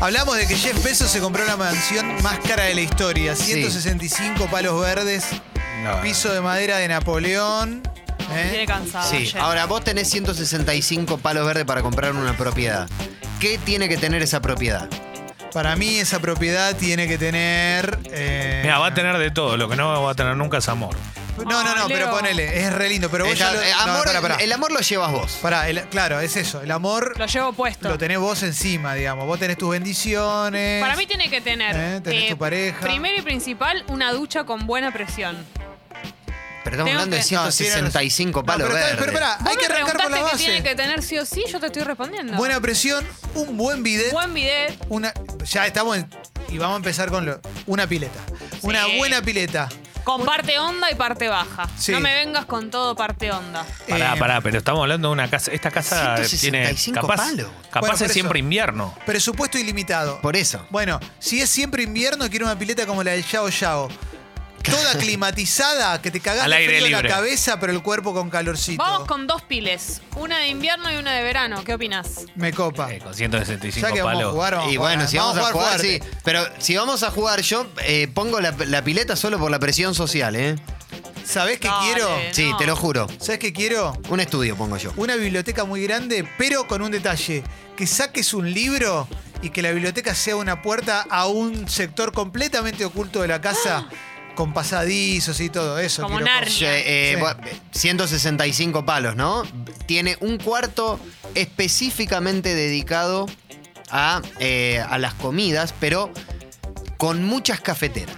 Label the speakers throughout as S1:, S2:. S1: Hablamos de que Jeff Bezos se compró la mansión más cara de la historia.
S2: Sí.
S1: 165 palos verdes,
S2: No.
S1: piso de madera de Napoleón. ¿eh?
S3: Tiene cansado.
S2: Sí,
S3: Jeff.
S2: ahora vos tenés 165 palos verdes para comprar una propiedad. ¿Qué tiene que tener esa propiedad?
S1: Para mí esa propiedad tiene que tener... eh,
S4: Mira, va a tener de todo. Lo que no va a tener nunca es amor.
S1: No, no, no,
S3: Ay,
S1: pero
S3: Leo.
S1: ponele, es re lindo, pero vos
S2: Ella-
S1: ya lo-
S2: eh,
S1: no,
S2: amor-
S1: pará, pará.
S2: El amor lo llevas vos.
S1: Pará, el- claro, es eso, el amor
S3: Lo llevo puesto.
S1: lo tenés vos encima, digamos, vos tenés tus bendiciones.
S3: Para mí tiene que tener.
S1: Eh, tenés tu pareja.
S3: Primero y principal, una ducha con buena presión.
S2: Pero estamos
S3: Tengo
S2: hablando de
S3: que-
S2: 165
S1: No,
S2: palos
S1: pero, está-
S2: verdes.
S1: pero pará,
S3: Vos
S1: hay
S3: me
S1: que arrancar por
S3: preguntaste
S1: la
S3: qué tiene
S1: base.
S3: que tener sí o sí, yo te estoy respondiendo.
S1: Buena presión, un buen bidet,
S3: Buen bidet.
S1: una ya estamos en- y vamos a empezar con lo- una pileta. Una
S3: Sí.
S1: buena pileta.
S3: Con parte onda y parte baja.
S1: Sí.
S3: No me vengas con todo parte onda.
S4: Pará,
S1: Eh,
S4: pará, pero estamos hablando de una casa. Esta casa tiene.
S2: 165
S4: Capaz,
S2: palos.
S4: capaz
S1: Bueno, por
S4: es
S1: eso.
S4: siempre invierno.
S1: Presupuesto ilimitado.
S2: Por eso.
S1: Bueno, si es siempre invierno, quiero una pileta como la del Yao Yao. Toda climatizada, que te cagás
S4: Al
S1: de
S4: aire
S1: frío en la
S4: libre.
S1: cabeza, pero el cuerpo con calorcito.
S3: Vamos con dos piles. Una de invierno y una de verano. ¿Qué opinas?
S1: Me copa.
S4: Eh, con
S1: Ah. Ya
S4: 165
S1: que vamos a
S4: palos.
S1: jugar, vamos
S2: Y
S1: a jugar.
S2: bueno, si vamos, a jugar, sí.
S1: fuerte.
S2: Pero si vamos a jugar, yo eh, pongo la, la pileta solo por la presión social, ¿eh?
S1: ¿Sabés qué
S3: Dale.
S1: quiero?
S3: Eh,
S2: Sí,
S3: no.
S2: te lo juro.
S1: ¿Sabés qué quiero?
S2: Un estudio pongo yo.
S1: Una biblioteca muy grande, pero con un detalle. Que saques un libro y que la biblioteca sea una puerta a un sector completamente oculto de la casa, con pasadizos y todo eso.
S3: Como
S1: quiero-
S3: Narnia.
S2: Che, eh,
S1: Sí.
S2: bo- 165 palos, ¿no? Tiene un cuarto específicamente dedicado a, eh, a las comidas, pero con muchas cafeteras,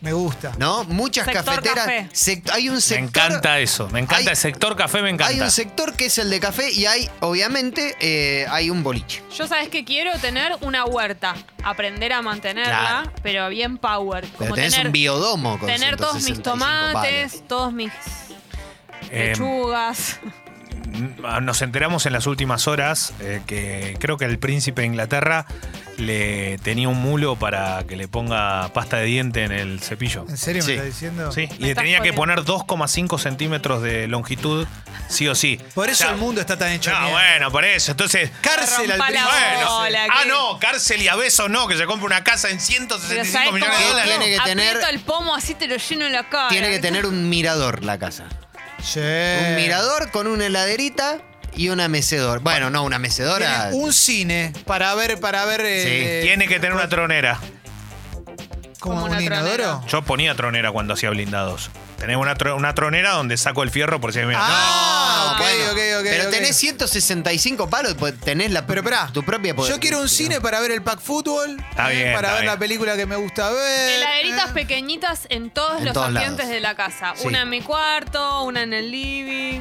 S1: Me gusta.
S2: ¿no? Muchas
S3: Sector
S2: cafeteras.
S3: café.
S2: sect- hay un
S4: Me
S2: sector.
S4: encanta eso. Me encanta
S2: Hay-
S4: el sector café, me encanta.
S2: Hay un sector que es el de café y hay, obviamente, eh, hay un boliche.
S3: Yo sabes que quiero tener una huerta. Aprender a mantenerla,
S2: Claro.
S3: pero bien power.
S2: Pero
S3: Como
S2: tenés
S3: tener,
S2: un biodomo con
S3: tener todos mis
S2: 165
S3: tomates,
S2: palos.
S3: todos mis
S1: Em,
S4: Eh,
S3: lechugas.
S4: nos enteramos en las últimas horas eh, que creo que el príncipe de Inglaterra le tenía un mulo para que le ponga pasta de diente en el cepillo.
S1: ¿En serio
S2: Sí.
S1: me estás diciendo?
S4: Sí, y
S3: Me
S4: le
S3: estás
S4: tenía que poner
S3: jodiendo.
S4: 2,5 centímetros de longitud, sí o sí.
S1: Por eso
S4: O sea,
S1: el mundo está tan hecho.
S4: No,
S1: mierda.
S4: bueno, por eso. Entonces.
S1: Cárcel al
S3: Rompa la
S1: príncipe.
S4: Bueno,
S3: bola,
S4: ah,
S3: que-
S4: no, cárcel y a besos no, que se compra una casa en
S3: Pero
S4: 165
S3: sabes cómo
S4: millones de dólares.
S2: Tiene que tener-
S3: aprieto el pomo así te lo lleno en la cara.
S2: Tiene que tener un mirador la casa.
S1: Sí.
S2: Un mirador con una heladerita y una mecedora. Bueno, no, una mecedora.
S1: Tiene un cine para ver, para ver. eh,
S4: Tiene que tener una tronera.
S1: como
S3: Como
S1: un
S3: una
S1: inodoro.
S3: tronera.
S4: Yo ponía tronera cuando hacía blindados. Tenés una, tro- una tronera donde saco el fierro por si hay mira.
S1: Ah,
S2: No,
S1: ok,
S2: bueno,
S1: ok, ok,
S2: Pero
S1: ok.
S2: tenés 165 palos, pues tenés la,
S1: Pero esperá,
S2: tu propia
S1: Yo quiero un cine para ver el pack fútbol,
S4: Está
S1: eh,
S4: bien,
S1: para
S4: está
S1: ver
S4: bien.
S1: la película que me gusta ver.
S3: Heladeritas
S1: eh.
S3: pequeñitas en todos
S2: En
S3: los
S2: todos
S3: ambientes
S2: lados.
S3: de la casa.
S2: Sí.
S3: Una en mi cuarto, una en el living.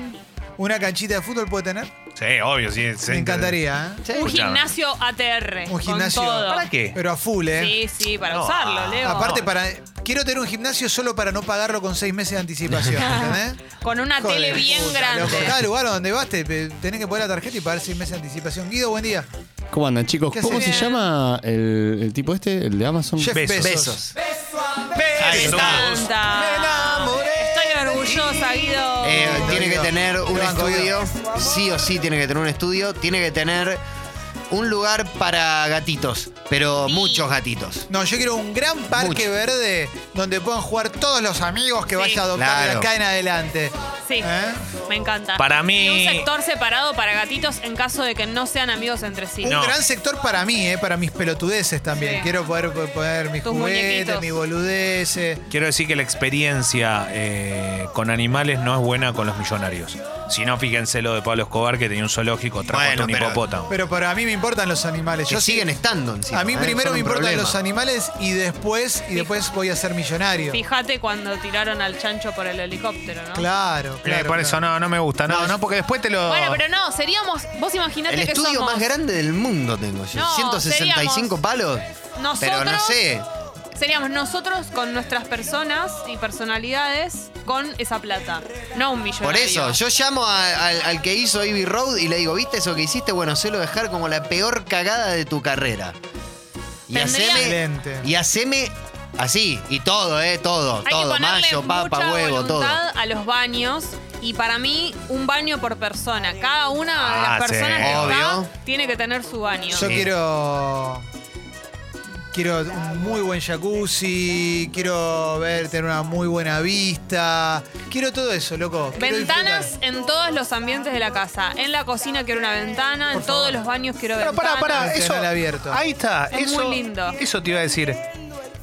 S1: ¿Una canchita de fútbol puede tener?
S4: Sí, obvio, sí. sí.
S1: Me encantaría, ¿eh?
S3: Un
S4: Escuchame.
S3: gimnasio ATR.
S1: Un gimnasio.
S3: Con todo.
S4: ¿Para qué?
S1: Pero a full, ¿eh?
S3: Sí, sí, para
S4: No,
S3: usarlo,
S4: ah,
S3: Leo.
S1: Aparte, para, quiero tener un gimnasio solo para no pagarlo con seis meses de anticipación, ¿entendés?
S3: Con una
S1: Hijo de
S3: tele bien
S1: puta, loco.
S3: grande.
S1: Cada lugar donde vas te, te- tenés que poner la tarjeta y pagar seis meses de anticipación. Guido, buen día.
S5: ¿Cómo andan, chicos?
S1: ¿Qué hace
S5: ¿Cómo se
S3: bien?
S5: llama el, el tipo este, el de Amazon?
S1: Jeff
S4: Besos.
S1: Bezos.
S2: Besos.
S4: Ahí
S3: Me
S4: estamos.
S3: encanta.
S1: Me enamoré
S3: Estoy orgullosa, Guido.
S2: Eh,
S1: Guido,
S2: tiene que
S1: Guido.
S2: tener un
S1: Te banco,
S2: estudio. Sí o sí tiene que tener un estudio. Tiene que tener un lugar para gatitos, pero
S3: Sí.
S2: muchos gatitos.
S1: No, yo quiero un gran parque
S2: Mucho.
S1: verde donde puedan jugar todos los amigos que
S3: Sí.
S1: vaya a adoptar de
S2: Claro.
S1: acá en adelante.
S3: sí,
S1: ¿Eh?
S3: me encanta.
S4: Para mí-
S3: Y un sector separado para gatitos en caso de que no sean amigos entre sí.
S1: Un
S4: No.
S1: gran sector para mí, eh, para mis pelotudeces también.
S3: Sí.
S1: Quiero poder po- poner mis
S3: Tus
S1: juguetes,
S3: muñequitos.
S1: mis boludeces.
S4: Quiero decir que la experiencia eh, con animales no es buena con los millonarios. Si no, fíjense lo de Pablo Escobar, que tenía un zoológico, trajo
S2: Bueno,
S4: hasta un
S2: pero-
S4: hipopótamo.
S1: Pero para mí me importan los animales.
S2: Que
S1: Yo
S2: siguen estando encima,
S1: A mí
S2: ¿eh?
S1: primero
S2: Son
S1: me
S2: un
S1: importan
S2: problema.
S1: los animales y después y después voy a ser millonario.
S3: Fíjate cuando tiraron al chancho por el helicóptero, ¿no?
S1: Claro,
S4: Eh,
S1: claro.
S4: por eso
S1: claro.
S4: no, no me gusta. No,
S2: No,
S4: no, porque después te lo.
S3: Bueno, pero no, seríamos. Vos imaginate
S2: El
S3: que
S2: estudio
S3: somos
S2: más grande del mundo tengo yo.
S3: No,
S2: 165
S3: seríamos
S2: palos.
S3: nosotros,
S2: Pero no sé.
S3: Seríamos nosotros con nuestras personas y personalidades con esa plata. No un millonario.
S2: Por eso, yo llamo a- al, al que hizo Ivy Road y le digo, ¿viste eso que hiciste? Bueno, se lo dejar como la peor cagada de tu carrera. Y
S3: Tendría-
S2: haceme,
S1: Excelente.
S2: y haceme así, y todo, ¿eh? Todo,
S3: Hay que
S2: todo.
S3: ponerle
S2: Mayo, papa,
S3: mucha
S2: huevo, todo.
S3: voluntad a los baños Y para mí, un baño por persona. Cada una de
S4: Ah,
S3: las personas
S4: sí.
S3: que
S2: Obvio.
S3: está tiene que tener su baño.
S1: Yo quiero. Quiero un muy buen jacuzzi, quiero ver, tener una muy buena vista. Quiero todo eso, loco. Quiero
S3: Ventanas
S1: disfrutar.
S3: en todos los ambientes de la casa. En la cocina quiero una ventana, en todos los baños quiero
S4: Pero
S3: ventanas.
S4: pará, pará,
S1: Ventanas.
S4: eso.
S1: Ventanal abierto.
S4: Ahí está.
S3: Es
S4: eso,
S3: muy lindo.
S4: Eso te iba a decir.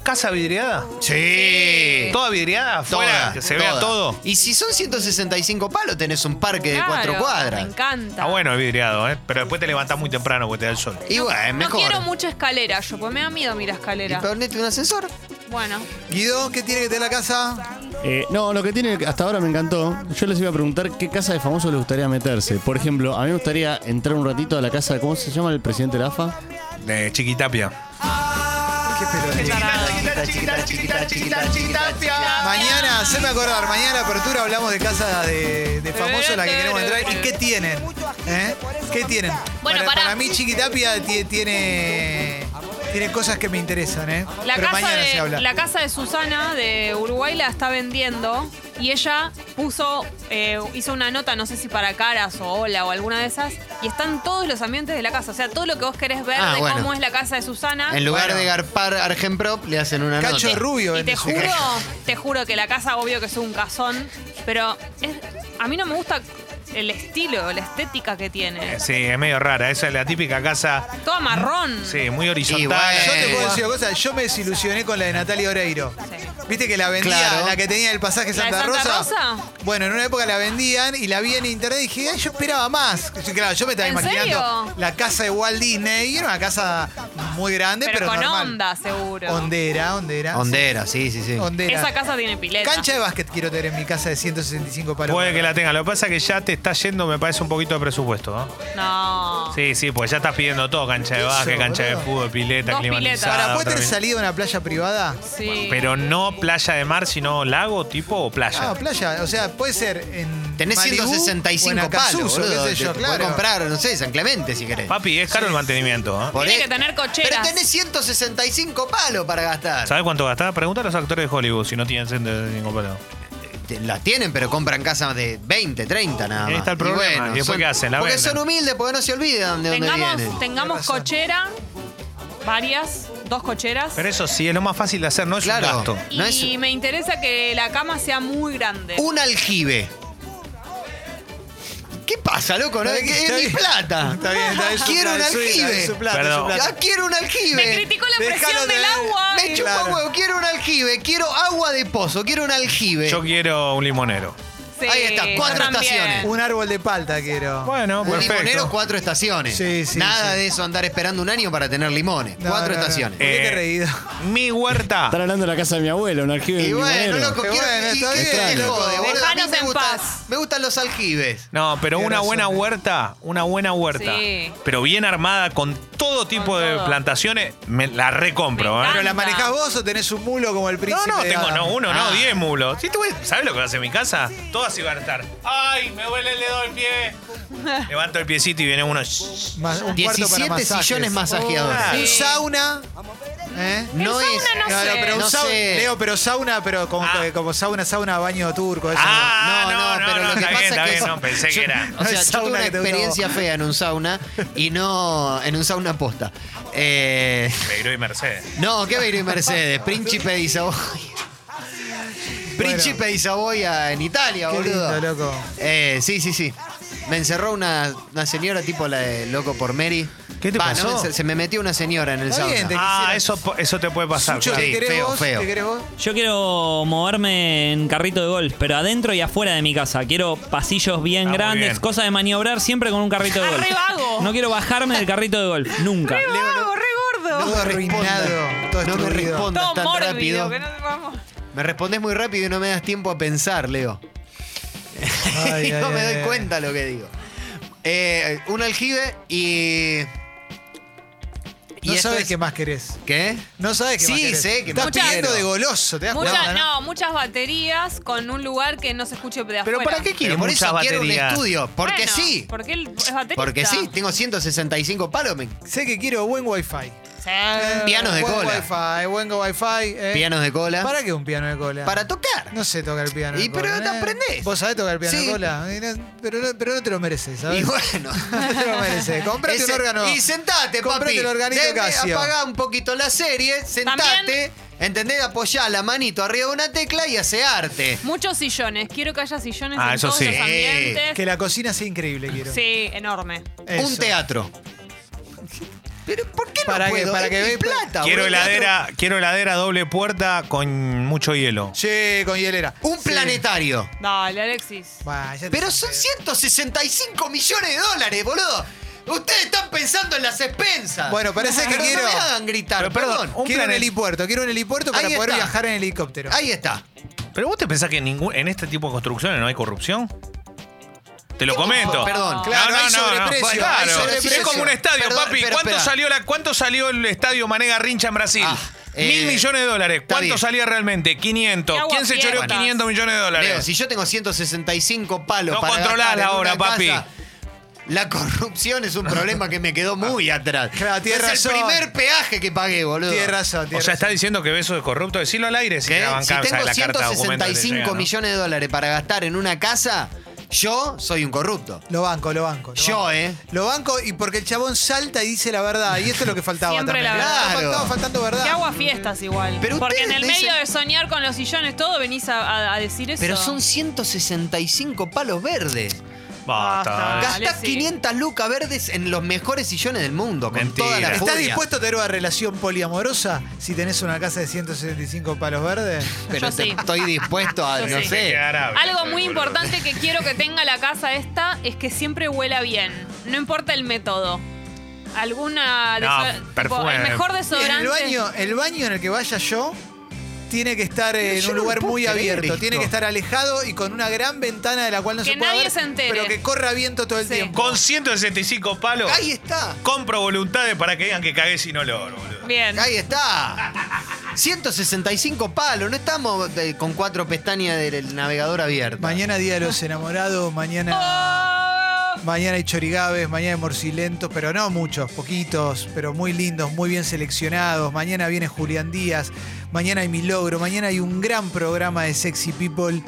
S4: ¿Casa vidriada?
S2: Sí.
S4: ¿Toda vidriada? ¿Fuera?
S2: Toda,
S4: ¿Que se vea
S2: toda.
S4: todo?
S2: Y si son 165 palos, tenés un parque de cuatro
S3: Claro,
S2: cuadras. Ah,
S3: Me encanta.
S4: Está bueno el vidriado, ¿eh? Pero después te levantás muy temprano porque te da el sol.
S2: Y bueno, es
S3: No
S2: mejor.
S3: quiero mucha escalera, yo, pues me da miedo mi
S2: y
S3: escalera.
S2: ponete un ascensor.
S3: Bueno,
S1: Guido, ¿qué tiene que tener la casa?
S5: Eh, no, lo que tiene hasta ahora me encantó. Yo les iba a preguntar qué casa de famosos les gustaría meterse. Por ejemplo, a mí me gustaría entrar un ratito a la casa, ¿cómo se llama el presidente de la AFA?
S4: De Chiquitapia.
S1: Qué pelotita.
S3: tarado.
S1: Mañana, haceme acordar, mañana la apertura hablamos de casa de, de famosos, la que queremos entrar. ¿Y qué tienen? ¿Eh? ¿Qué tienen?
S3: Bueno,
S1: para,
S3: pará.
S1: para mí Chiquitapia ti- tiene, tiene cosas que me interesan, ¿eh?
S3: la
S1: Pero
S3: casa,
S1: mañana se habla.
S3: de, la casa de Susana de Uruguay la está vendiendo y ella puso, eh, hizo una nota, no sé si para caras o hola o alguna de esas, y están todos los ambientes de la casa. O sea, todo lo que vos querés ver
S2: Ah,
S3: de
S2: bueno.
S3: cómo es la casa de Susana.
S2: En lugar
S1: Bueno.
S2: de garpar Argenprop, le hacen una
S1: Cacho
S2: nota.
S1: Rubio.
S3: Y
S1: vende
S3: te
S1: su
S3: juro,
S1: casa.
S3: te juro que la casa, obvio que es un cazón, pero es- a mí no me gusta el estilo, la estética que tiene.
S4: Eh, Sí, es medio rara. Esa es la típica casa.
S3: Toda marrón.
S4: Sí, muy horizontal.
S2: bueno.
S1: Yo te puedo decir una cosa, yo me desilusioné con la de Natalia Oreiro.
S3: Sí.
S1: Viste que la vendía,
S2: Claro.
S1: la que tenía el pasaje
S3: ¿La de
S1: Santa,
S3: Santa Rosa?
S1: Bueno, en una época la vendían y la vi en internet y dije, "Ay, yo esperaba más. Y Claro, yo me estaba
S3: ¿En
S1: imaginando
S3: serio?
S1: la casa de Walt Disney, y era una casa muy grande,
S3: Pero,
S1: pero,
S3: con
S1: normal.
S3: onda, seguro.
S1: Ondera, ondera.
S2: Hondera, sí, sí, sí.
S1: Ondera.
S3: Esa casa tiene pileta.
S1: Cancha de básquet quiero tener en mi casa de 165 palos.
S4: Puede que la tenga. Lo que pasa es que ya te está yendo, me parece, un poquito de presupuesto. ¿no?
S3: No.
S4: Sí, sí, porque ya estás pidiendo todo: cancha de
S1: Eso,
S4: básquet, cancha de
S1: boludo.
S4: fútbol, pileta,
S3: Dos
S4: climatizada.
S3: piletas.
S1: Ahora, ¿puede tener
S4: otra vez.
S1: salida a una playa privada?
S3: Sí.
S4: Pero no playa de mar, sino lago, tipo o playa.
S1: Ah, playa. O sea, puede ser en.
S2: Tenés
S1: Malibú o en
S2: 165 palos,
S1: Acasuso, qué
S2: boludo.
S1: sé yo,
S2: Te- te podés
S1: claro.
S2: comprar, no sé, San Clemente si querés.
S4: Papi, es caro el mantenimiento. ¿eh?
S2: Por
S3: Tiene
S2: e-
S3: que tener cocheras.
S2: Pero tenés 165 palos para gastar.
S4: ¿Sabes cuánto gastaba? Pregunta a los actores de Hollywood si no tienen centro de ningún palo.
S2: Te- Las tienen, pero compran casas de 20, 30 nada más.
S4: Ahí está el
S2: Y
S4: problema. ¿Y después
S2: son-
S4: qué hacen? La
S2: Porque
S4: venden.
S2: son humildes, porque no se olvidan de dónde vienen.
S3: Tengamos, tengamos cochera, varias, dos cocheras.
S4: Pero eso sí, es lo más fácil de hacer, no es
S2: Claro.
S4: un gasto.
S3: y
S2: no es-
S3: me interesa que la cama sea muy grande.
S2: Un aljibe. ¿Qué pasa, loco? No,
S1: Está bien,
S2: es
S1: está
S2: mi
S1: bien.
S2: plata.
S1: Está bien, está bien.
S2: Quiero un
S1: Es su plata, es su
S2: aljibe.
S1: plata, es su
S4: Perdón.
S1: plata.
S2: Ya quiero un aljibe.
S3: Me criticó la
S1: Dejalo
S3: presión
S1: de-
S3: del agua.
S2: Me chupa
S1: Claro.
S2: huevo, quiero un aljibe, quiero agua de pozo, quiero un aljibe.
S4: Yo quiero un limonero.
S3: Sí,
S2: Ahí está,
S3: yo
S2: cuatro
S3: también.
S2: estaciones.
S1: Un árbol de palta quiero.
S4: Bueno,
S2: un limonero,
S4: perfecto.
S2: cuatro estaciones.
S1: Sí, sí,
S2: Nada
S1: sí.
S2: de eso andar esperando un año para tener limones.
S1: No,
S2: cuatro
S1: no, no.
S2: estaciones.
S1: ¿Por qué
S4: Eh.
S1: te he reído?
S4: Mi huerta.
S5: Están hablando de la casa de mi abuelo, un aljibe de
S2: Y
S5: mi
S2: bueno,
S5: limonero.
S2: loco,
S1: Qué
S2: quiero. este
S1: bueno,
S2: y-
S1: está
S2: y-
S1: bien,
S2: te
S1: loco.
S2: jode, boludo, a mí
S3: Dejanos
S2: me
S3: en
S2: gusta-
S3: paz.
S2: Me gustan los aljibes.
S4: No, pero
S1: Tiene
S4: una
S1: razón,
S4: buena
S1: eh.
S4: huerta, una buena huerta,
S3: Sí.
S4: pero bien armada con todo tipo
S3: Con
S4: de
S3: todo.
S4: plantaciones, me la recompro. ¿eh?
S3: Me
S1: ¿Pero la
S3: Anda.
S1: manejás vos o tenés un mulo como el
S4: No,
S1: príncipe?
S4: no,
S1: de
S4: tengo
S1: Adam?
S4: no, uno,
S2: Ah.
S4: no, diez mulos. ¿Sí, tú ves- ¿Sabes lo que hace en mi casa? Todas iban a estar. ¡Ay, me duele el dedo del pie! Levanto el piecito y viene uno. shh.
S1: Más- un cuarto para
S2: 17
S1: masajes. Oh,
S2: sillones masajeadores.
S4: Ah,
S1: Un
S3: Sí.
S1: sauna. ¿eh?
S2: No
S3: sauna
S2: es.
S3: no
S1: Claro,
S3: sé.
S1: pero un
S2: No
S1: sauna.
S2: sé.
S1: Leo, pero sauna, pero como,
S4: Ah.
S1: que- como sauna, sauna, baño turco. Eso
S4: Ah,
S2: no,
S4: no, no,
S2: no,
S4: no,
S2: pero lo que
S4: está
S2: pasa
S4: bien,
S2: es
S4: está
S2: que
S4: bien,
S2: eso-
S4: no, pensé que era.
S2: O sea,
S1: es
S2: yo tuve
S1: sauna
S2: una
S1: que te gusta a
S2: experiencia fea en un sauna y no en un sauna posta. Eh,
S4: Peiro y Mercedes.
S2: no, qué Beiró y Mercedes, Príncipe de Isaboya. Príncipe de Isaboya en Italia,
S1: Qué
S2: boludo.
S1: lindo, loco.
S2: Eh, sí, sí, sí. Me encerró una, una señora tipo la de Loco por Mary.
S4: ¿Qué te
S2: Va,
S4: pasó?
S2: no, se, se me metió una señora en el
S1: Está
S2: sauna.
S1: bien, te-
S4: Ah,
S1: quisiera-
S4: eso, po- eso te puede pasar.
S1: Sucho,
S4: claro.
S1: ¿qué
S2: Sí,
S1: querés
S2: feo,
S1: vos?
S2: feo.
S1: ¿Qué querés vos?
S6: Yo quiero moverme en carrito de golf, pero adentro y afuera de mi casa. Quiero pasillos bien
S4: Ah, muy
S6: grandes,
S4: bien.
S6: cosas de maniobrar siempre con un carrito de
S3: Ah,
S6: golf.
S3: re vago.
S6: No quiero bajarme del carrito de golf, nunca.
S3: Re vago, re gordo.
S1: Todo
S2: me
S1: arruinado,
S2: respondas.
S1: todo
S2: no me
S1: destruido.
S2: respondas
S3: Todo
S2: tan
S3: mórbido.
S2: rápido.
S3: que no- vamos.
S2: Me respondes muy rápido y no me das tiempo a pensar, Leo.
S1: Ay,
S2: no
S1: ay,
S2: me
S1: ay,
S2: doy
S1: ay.
S2: cuenta lo que digo. Eh, un aljibe y.
S1: No
S2: esto
S1: sabes
S2: es-
S1: qué más querés.
S2: ¿qué?
S1: No sabes qué
S2: Sí,
S1: más querés.
S2: sé que
S1: Estás
S2: más
S1: pidiendo
S2: quiero.
S1: de goloso, ¿te das
S3: Muchas-
S1: cuenta?
S3: no, muchas baterías con un lugar que no se escuche de afuera.
S2: ¿Pero para qué quiero?
S4: Pero
S2: Por
S4: muchas
S2: eso quiero un
S4: baterías.
S2: estudio. Porque
S3: Bueno,
S2: sí.
S3: Porque él es baterista.
S2: Porque sí, tengo 165 palos. me-
S1: Sé que quiero buen wifi.
S2: Pianos de
S1: buen
S2: cola.
S1: Wi-Fi, buen wifi. Eh.
S2: Pianos de cola.
S1: ¿Para qué un piano de cola?
S2: Para tocar.
S1: No sé tocar piano.
S2: Y
S1: de
S2: pero
S1: cola,
S2: te
S1: eh.
S2: aprendés.
S1: Vos sabés tocar piano
S2: Sí.
S1: de cola. Y no- Pero, no- pero no te lo mereces, ¿sabes?
S2: Y bueno.
S1: No te lo mereces. Comprate
S2: Ese-
S1: un órgano.
S2: Y sentate,
S1: Comprate
S2: papi.
S1: el organito
S2: Deme-
S1: Casio.
S2: Apagá un poquito la serie, sentate. ¿Entendés? Apoyá la manito arriba de una tecla y hace arte.
S3: Muchos sillones. Quiero que haya sillones
S4: Ah,
S3: en
S4: eso
S3: todos
S4: sí.
S3: los ambientes.
S1: Que la cocina sea increíble, quiero.
S3: Sí, enorme.
S1: Eso.
S2: Un teatro. Pero ¿por qué no
S1: Para que-
S2: puedo?
S1: para
S2: Es
S1: que
S2: mi
S1: ve-
S2: plata,
S4: Quiero
S2: boludo.
S4: heladera, quiero heladera doble puerta con mucho hielo.
S1: Sí, con hielera.
S2: Un
S1: Sí.
S2: planetario.
S3: Dale, Alexis.
S1: Bah, ya te-
S2: Pero son 165 millones de dólares, boludo. Ustedes están pensando en las expensas.
S1: Bueno, parece que
S2: Pero
S1: quiero-
S2: No me hagan gritar,
S4: Pero, perdón,
S2: perdón.
S4: un
S1: quiero un
S4: planet-
S1: helipuerto, quiero un helipuerto para
S2: Ahí
S1: poder
S2: está.
S1: viajar en helicóptero.
S2: Ahí está.
S4: Pero vos te pensás que en, ningún, en este tipo de construcciones no hay corrupción. Te lo comento.
S2: Perdón,
S4: No,
S1: claro,
S4: no,
S1: hay
S4: no,
S1: sobreprecio,
S4: no.
S1: hay
S4: Claro,
S1: sobreprecio.
S4: Es como un estadio,
S2: Perdón,
S4: papi.
S2: espera,
S4: ¿Cuánto,
S2: espera.
S4: Salió la, ¿Cuánto salió el estadio Manega Rincha en Brasil?
S2: Ah, eh,
S4: Mil millones de dólares.
S2: está
S4: ¿Cuánto
S2: bien.
S4: salía realmente? 500.
S3: Y agua
S4: ¿Quién se
S3: fiesta.
S4: choreó
S3: Bueno.
S4: 500 millones de dólares?
S2: Leo, si yo tengo 165 palos
S4: No
S2: para
S4: controlás
S2: gastar en
S4: la
S2: una
S4: hora, papi.
S2: casa, la corrupción es un problema que me quedó muy atrás.
S1: Claro, tenés
S2: es
S1: razón.
S2: el primer peaje que pagué, boludo.
S1: Tienes razón,
S4: o
S1: tienes
S4: sea, está
S1: razón.
S4: diciendo que Beso es corrupto. Decirlo al aire si
S2: ¿Qué?
S4: la
S2: Si
S4: bancan, sabe
S2: tengo
S4: la carta de documento que te
S2: 165
S4: llega, ¿no?
S2: millones de dólares para gastar en una casa, yo soy un corrupto.
S1: Lo banco, lo banco. lo
S2: Yo,
S1: banco.
S2: ¿eh?
S1: Lo banco y porque el chabón salta y dice la verdad. Y esto es lo que faltaba
S3: Siempre
S1: también.
S3: la verdad.
S1: Estaba- Estaba faltando verdad.
S3: Que agua fiestas igual.
S2: Pero
S3: Porque
S2: ustedes
S3: en el
S2: dicen-
S3: medio de soñar con los sillones todo venís a, a- a decir eso.
S2: Pero son 165 palos verdes.
S4: Basta,
S2: Ah,
S3: Basta.
S4: dale.
S3: Gas-
S2: Gastás
S3: Ah, sí.
S2: 500 lucas verdes en los mejores sillones del mundo. Con
S4: Mentira.
S2: toda la
S4: ¿Estás
S1: ¿Estás
S2: furia.
S1: dispuesto a tener una relación poliamorosa si tenés una casa de 175 palos verdes?
S2: Pero
S3: Yo
S2: te-
S3: sí.
S2: estoy dispuesto a,
S3: Yo
S2: no
S4: Te
S3: sí.
S2: sé.
S4: quedará,
S3: Algo
S4: boludo.
S3: muy importante que quiero que tenga la casa esta es que siempre huela bien. No importa el método. Alguna
S4: No,
S3: deso- tipo,
S4: perfume.
S3: el mejor desodorante.
S1: El baño, el baño en el que vaya yo tiene que estar eh, en
S2: yo
S1: un
S2: no
S1: lugar
S2: puedo
S1: muy
S2: creer
S1: abierto.
S2: esto.
S1: Tiene que estar alejado y con una gran ventana de la cual no
S3: Que
S1: se pueda
S3: nadie
S1: ver,
S3: se entere.
S1: Pero que corra viento todo el
S3: Sí.
S1: tiempo.
S4: Con 165 palos,
S2: Ahí está.
S4: compro voluntades para que digan que cagué sin olor, boludo.
S3: Bien.
S2: Ahí está. 165 palos. No estamos eh, con cuatro pestañas del navegador abierto.
S1: Mañana día de los enamorados, mañana. Mañana hay chorigabes, mañana hay morcilentos, pero no muchos, poquitos, pero muy lindos, muy bien seleccionados. Mañana viene Julián Díaz, mañana hay Milogro, mañana hay un gran programa de Sexy People.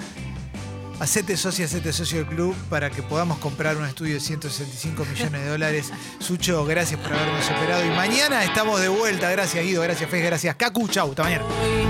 S1: Hacete socio, hacete socio del club para que podamos comprar un estudio de 165 millones de dólares. Sucho, gracias por habernos operado y mañana estamos de vuelta. Gracias Guido, gracias Fez, gracias Cacu, chau, hasta mañana.
S7: Hoy